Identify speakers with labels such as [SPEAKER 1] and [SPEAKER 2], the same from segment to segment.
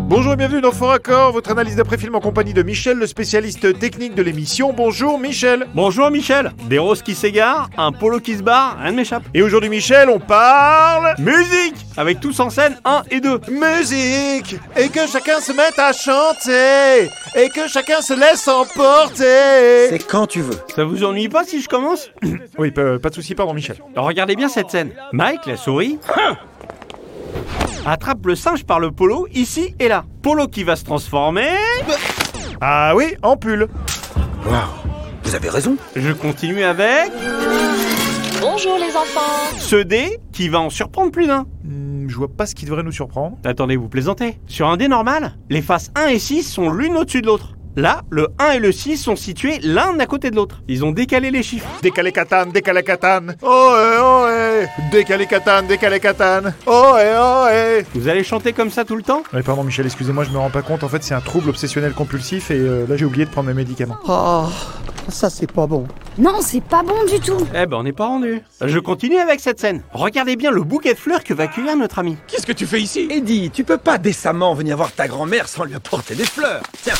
[SPEAKER 1] Bonjour et bienvenue dans Fort Accord, votre analyse d'après-film en compagnie de Michel, le spécialiste technique de l'émission. Bonjour Michel
[SPEAKER 2] Bonjour Michel Des roses qui s'égarent, un polo qui se barre, rien ne m'échappe.
[SPEAKER 1] Et aujourd'hui Michel, on parle...
[SPEAKER 2] Musique Avec tous en scène 1 et 2.
[SPEAKER 1] Musique Et que chacun se mette à chanter Et que chacun se laisse emporter
[SPEAKER 3] C'est quand tu veux.
[SPEAKER 2] Ça vous ennuie pas si je commence
[SPEAKER 1] Oui, pas, pas de souci, pardon Michel.
[SPEAKER 2] Alors Regardez bien cette scène. Mike, la souris, attrape le singe par le polo, ici et là. Polo qui va se transformer...
[SPEAKER 1] Ah oui, en pull
[SPEAKER 3] Waouh, vous avez raison.
[SPEAKER 2] Je continue avec...
[SPEAKER 4] Bonjour les enfants
[SPEAKER 2] Ce dé qui va en surprendre plus d'un.
[SPEAKER 1] Hmm, Je vois pas ce qui devrait nous surprendre.
[SPEAKER 2] Attendez, vous plaisantez. Sur un dé normal, les faces 1 et 6 sont l'une au-dessus de l'autre. Là, le 1 et le 6 sont situés l'un à côté de l'autre. Ils ont décalé les chiffres.
[SPEAKER 1] Décalé Catane, décalé Catane Oh eh, oh eh Décalé Catane, décalé Catane Oh eh, oh eh
[SPEAKER 2] Vous allez chanter comme ça tout le temps
[SPEAKER 1] Oui, pardon Michel, excusez-moi, je me rends pas compte. En fait, c'est un trouble obsessionnel compulsif et euh, là, j'ai oublié de prendre mes médicaments.
[SPEAKER 3] Oh, ça c'est pas bon.
[SPEAKER 4] Non, c'est pas bon du tout
[SPEAKER 2] Eh ben, on n'est pas rendu. Je continue avec cette scène. Regardez bien le bouquet de fleurs que va cueillir notre ami.
[SPEAKER 5] Qu'est-ce que tu fais ici
[SPEAKER 3] Eddie, tu peux pas décemment venir voir ta grand-mère sans lui apporter des fleurs. Tiens,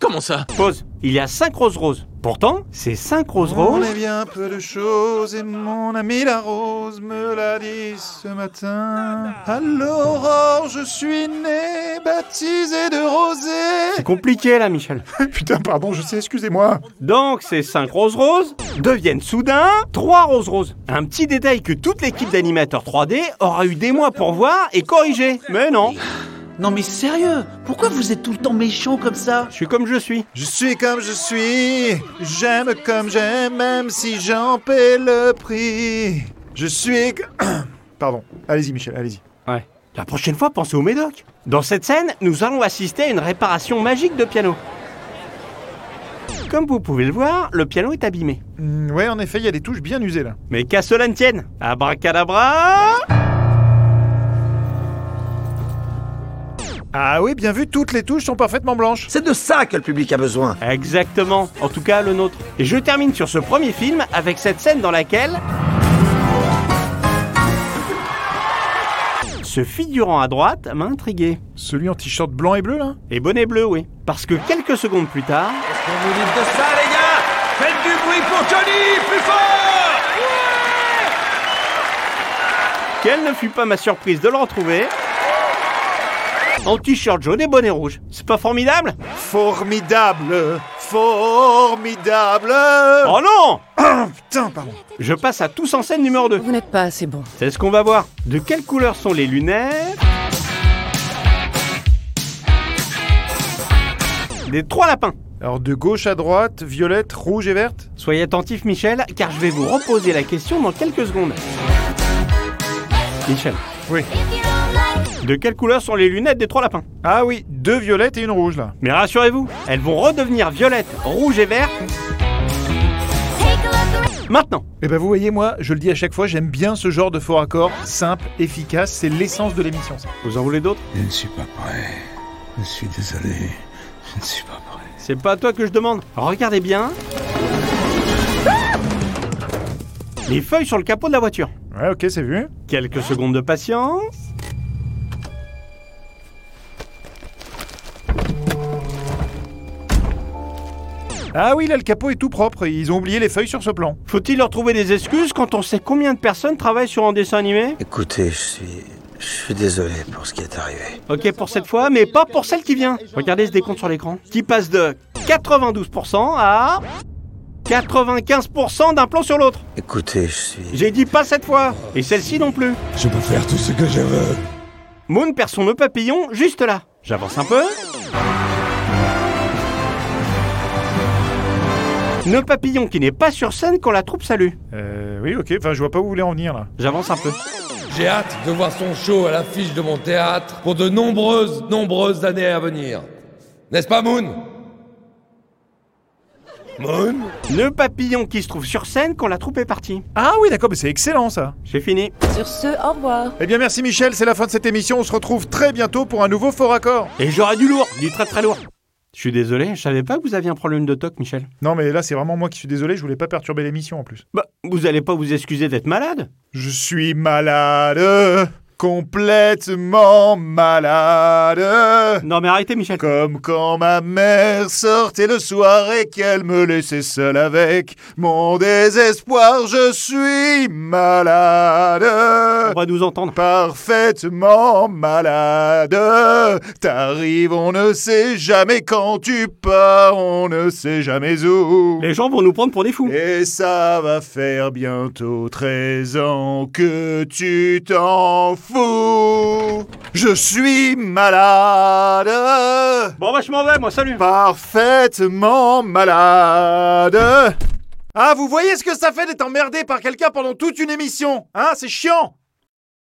[SPEAKER 5] Comment ça
[SPEAKER 2] Pause. Il y a 5 roses roses. Pourtant, ces 5 roses
[SPEAKER 1] On
[SPEAKER 2] roses...
[SPEAKER 1] est bien peu de choses et mon ami la rose me l'a dit ce matin. À l'aurore, je suis né, baptisé de
[SPEAKER 2] C'est
[SPEAKER 1] rosée.
[SPEAKER 2] compliqué là, Michel.
[SPEAKER 1] Putain, pardon, je sais, excusez-moi.
[SPEAKER 2] Donc, ces 5 roses roses deviennent soudain 3 roses roses. Un petit détail que toute l'équipe d'animateurs 3D aura eu des mois pour voir et corriger. Mais non,
[SPEAKER 6] Non mais sérieux, pourquoi vous êtes tout le temps méchant comme ça
[SPEAKER 2] je suis comme je suis.
[SPEAKER 1] Je suis comme je suis, j'aime comme j'aime, même si j'en paie le prix. Je suis. que- Pardon, allez-y, Michel, allez-y.
[SPEAKER 2] Ouais. La prochaine fois, pensez au médoc. Dans cette scène, nous allons assister à une réparation magique de piano. Comme vous pouvez le voir, le piano est abîmé.
[SPEAKER 1] Hmm, ouais, en effet, il y a des touches bien usées là.
[SPEAKER 2] Mais qu'à cela ne tienne Abracadabra
[SPEAKER 1] Ah oui, bien vu, toutes les touches sont parfaitement blanches.
[SPEAKER 3] c'est de ça que le public a besoin.
[SPEAKER 2] Exactement, en tout cas le nôtre. Et je termine sur ce premier film avec cette scène dans laquelle... Ce figurant à droite m'a intrigué.
[SPEAKER 1] Celui en t-shirt blanc et bleu là
[SPEAKER 2] Et bonnet bleu, oui. Parce que quelques secondes plus tard,
[SPEAKER 3] Vous dites de ça, les gars Faites du bruit pour Johnny, plus fort
[SPEAKER 2] Quelle ne fut pas ma surprise de le retrouver en t-shirt jaune et bonnet rouge. C'est pas formidable
[SPEAKER 1] Formidable Formidable
[SPEAKER 2] Oh non
[SPEAKER 1] Putain, pardon.
[SPEAKER 2] Je passe à tous en scène numéro 2.
[SPEAKER 7] Vous n'êtes pas assez bon.
[SPEAKER 2] C'est ce qu'on va voir. De quelle couleur sont les lunettes Des trois lapins.
[SPEAKER 1] Alors de gauche à droite, violette, rouge et verte
[SPEAKER 2] Soyez attentif Michel, car je vais vous reposer la question dans quelques secondes. Michel.
[SPEAKER 1] Oui.
[SPEAKER 2] De quelle couleur sont les lunettes des trois lapins
[SPEAKER 1] Ah oui, deux violettes et une rouge là.
[SPEAKER 2] Mais rassurez-vous, elles vont redevenir violettes, rouges et vertes. Maintenant,
[SPEAKER 1] Eh ben vous voyez, moi, je le dis à chaque fois, j'aime bien ce genre de faux raccord, simple, efficace, c'est l'essence de l'émission ça.
[SPEAKER 2] vous en voulez d'autres
[SPEAKER 8] Je ne suis pas prêt. Je suis désolé. Je ne suis pas prêt.
[SPEAKER 2] C'est pas à toi que je demande. Regardez bien. Les feuilles sur le capot de la voiture.
[SPEAKER 1] Ouais, ok, c'est vu.
[SPEAKER 2] Quelques secondes de patience.
[SPEAKER 1] Ah oui, là, le capot est tout propre, et ils ont oublié les feuilles sur ce plan.
[SPEAKER 2] Faut-il leur trouver des excuses quand on sait combien de personnes travaillent sur un dessin animé
[SPEAKER 3] Écoutez, je suis... Je suis désolé pour ce qui est arrivé.
[SPEAKER 2] Ok pour cette fois, mais pas pour celle qui vient. Regardez ce décompte sur l'écran. Qui passe de 92% à 95% d'un plan sur l'autre.
[SPEAKER 3] Écoutez, je suis...
[SPEAKER 2] J'ai dit pas cette fois. Et celle-ci non plus.
[SPEAKER 8] Je peux faire tout ce que je veux.
[SPEAKER 2] Moon perd son nœud papillon juste là. J'avance un peu. Nœud papillon qui n'est pas sur scène quand la troupe salue.
[SPEAKER 1] Euh, oui, ok, enfin, je vois pas où vous voulez en venir là.
[SPEAKER 2] J'avance un peu.
[SPEAKER 9] J'ai hâte de voir son show à l'affiche de mon théâtre pour de nombreuses, nombreuses années à venir. N'est-ce pas, Moon Moon
[SPEAKER 2] Nœud papillon qui se trouve sur scène quand la troupe est partie.
[SPEAKER 1] Ah oui, d'accord, mais c'est excellent ça.
[SPEAKER 2] J'ai fini.
[SPEAKER 7] Sur ce, au revoir.
[SPEAKER 1] Eh bien, merci Michel, c'est la fin de cette émission, on se retrouve très bientôt pour un nouveau faux raccord.
[SPEAKER 2] Et j'aurai du lourd, du très très lourd. Je suis désolé, je savais pas que vous aviez un problème de toc, Michel.
[SPEAKER 1] Non, mais là, c'est vraiment moi qui suis désolé, je voulais pas perturber l'émission en plus.
[SPEAKER 2] Bah, vous allez pas vous excuser d'être malade
[SPEAKER 1] Je suis malade complètement malade.
[SPEAKER 2] Non, mais arrêtez, Michel.
[SPEAKER 1] Comme quand ma mère sortait le soir et qu'elle me laissait seul avec mon désespoir, je suis
[SPEAKER 2] On
[SPEAKER 1] malade.
[SPEAKER 2] va nous entendre.
[SPEAKER 1] Parfaitement malade. T'arrives, on ne sait jamais quand tu pars, on ne sait jamais où.
[SPEAKER 2] Les gens vont nous prendre pour des fous.
[SPEAKER 1] Et ça va faire bientôt 13 ans que tu t'en fous. Je suis malade.
[SPEAKER 2] Bon, bah, je m'en vais, moi, salut.
[SPEAKER 1] Parfaitement malade. Ah, vous voyez ce que ça fait d'être emmerdé par quelqu'un pendant toute une émission Hein, c'est chiant